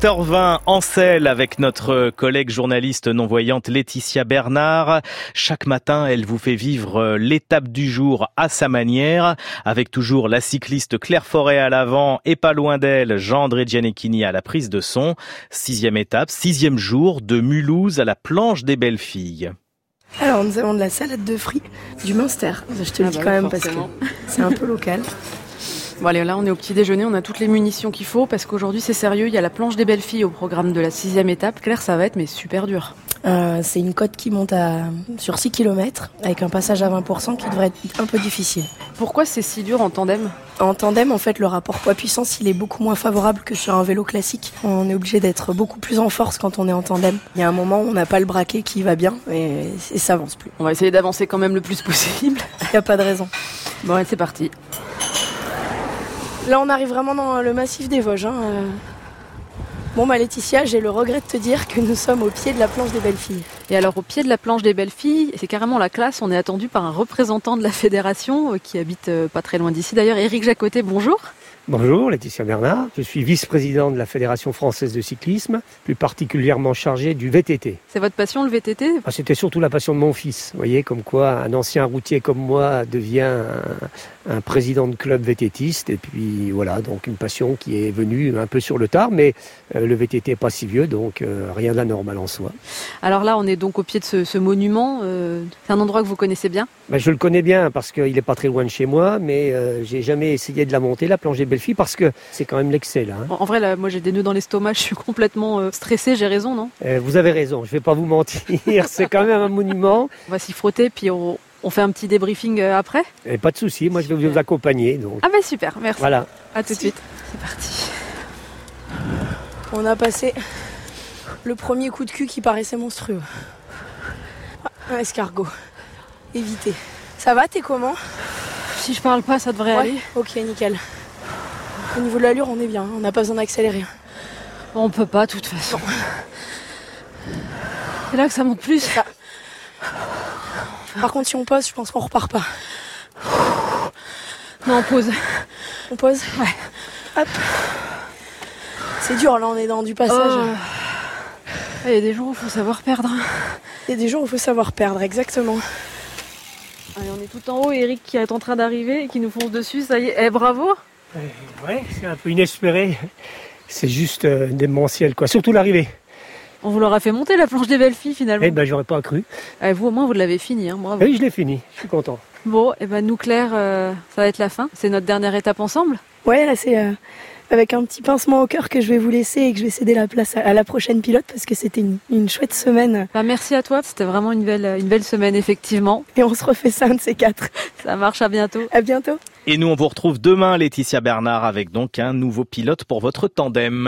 7h20 en selle avec notre collègue journaliste non-voyante Laetitia Bernard. Chaque matin, elle vous fait vivre euh, l'étape du jour à sa manière, avec toujours la cycliste Claire Forêt à l'avant et pas loin d'elle Jean-André Gianecchini à la prise de son. Sixième étape, sixième jour de Mulhouse à la planche des belles filles. Alors, nous avons de la salade de fruits du Munster. Je te le Ah dis bah quand oui, même forcément. parce que c'est un peu local. Bon allez, là on est au petit déjeuner, on a toutes les munitions qu'il faut parce qu'aujourd'hui c'est sérieux, il y a la planche des belles filles au programme de la sixième étape. Claire, ça va être mais super dur. Euh, c'est une côte qui monte à, sur 6 km avec un passage à 20% qui devrait être un peu difficile. Pourquoi c'est si dur en tandem En tandem, en fait, le rapport poids-puissance, il est beaucoup moins favorable que sur un vélo classique. On est obligé d'être beaucoup plus en force quand on est en tandem. Il y a un moment où on n'a pas le braquet qui va bien et, et ça avance plus. On va essayer d'avancer quand même le plus possible. Il n'y a pas de raison. Bon allez, c'est parti. Là, on arrive vraiment dans le massif des Vosges. hein, euh. Bon, bah Laetitia, j'ai le regret de te dire que nous sommes au pied de la planche des belles filles. Et alors au pied de la planche des belles filles, c'est carrément la classe, on est attendu par un représentant de la fédération euh, qui habite euh, pas très loin d'ici d'ailleurs, Éric Jacotet, bonjour. Bonjour, Laetitia Bernard. Je suis vice-président de la Fédération française de cyclisme, plus particulièrement chargé du VTT. C'est votre passion le VTT Ah, C'était surtout la passion de mon fils. Vous voyez, comme quoi un ancien routier comme moi devient un, un président de club VTTiste. Et puis voilà, donc une passion qui est venue un peu sur le tard, mais euh, le VTT n'est pas si vieux, donc euh, rien d'anormal en soi. Alors là on est donc au pied de ce, ce monument, euh, c'est un endroit que vous connaissez bien Ben, je le connais bien parce qu'il n'est pas très loin de chez moi, mais euh, j'ai jamais essayé de la monter, la plongée Bellefille, parce que c'est quand même l'excès là. hein. En en vrai, là, moi j'ai des nœuds dans l'estomac, je suis complètement euh, stressée, j'ai raison, non Euh, vous avez raison, je vais pas vous mentir, c'est quand même un monument. On va s'y frotter, puis on, on fait un petit débriefing euh, après. Et Eh, pas de souci, moi je vais vous accompagner. Donc Ah bah super, merci. voilà. À tout de suite. C'est parti. On a passé le premier coup de cul qui paraissait monstrueux. Ah, un escargot. Évité. Ça va, t'es comment Si je parle pas, ça devrait aller. Ok, nickel. Au niveau de l'allure, on est bien, hein, on n'a pas besoin d'accélérer. On peut pas, de toute façon. C'est là que ça monte plus. Par contre, si on pose, je pense qu'on repart pas. Non, pause. On pose Ouais. Hop. C'est dur, là, on est dans du passage. Oh. Ah, Il y a des jours où il faut savoir perdre. Il y a des jours où il faut savoir perdre, exactement. Allez, on est tout en haut, Eric qui est en train d'arriver et qui nous fonce dessus, ça y est. Eh, bravo Ouais, c'est un peu inespéré. C'est juste euh, démentiel, quoi. Surtout l'arrivée. On vous l'aura fait monter la planche des belles filles finalement. Eh ben, j'aurais pas cru. Eh Eh, vous au moins vous l'avez fini, hein, bravo. Oui, je l'ai fini. Je suis content. Bon, et ben nous Claire, euh, ça va être la fin. C'est notre dernière étape ensemble. Ouais, là c'est euh, avec un petit pincement au cœur que je vais vous laisser et que je vais céder la place à, à la prochaine pilote parce que c'était une, une chouette semaine Bah, merci à toi, c'était vraiment une belle, une belle semaine effectivement. et on se refait ça un de ces quatre. Ça marche, à bientôt. À bientôt. Et nous, on vous retrouve demain, Laetitia Bernard, avec donc un nouveau pilote pour votre tandem.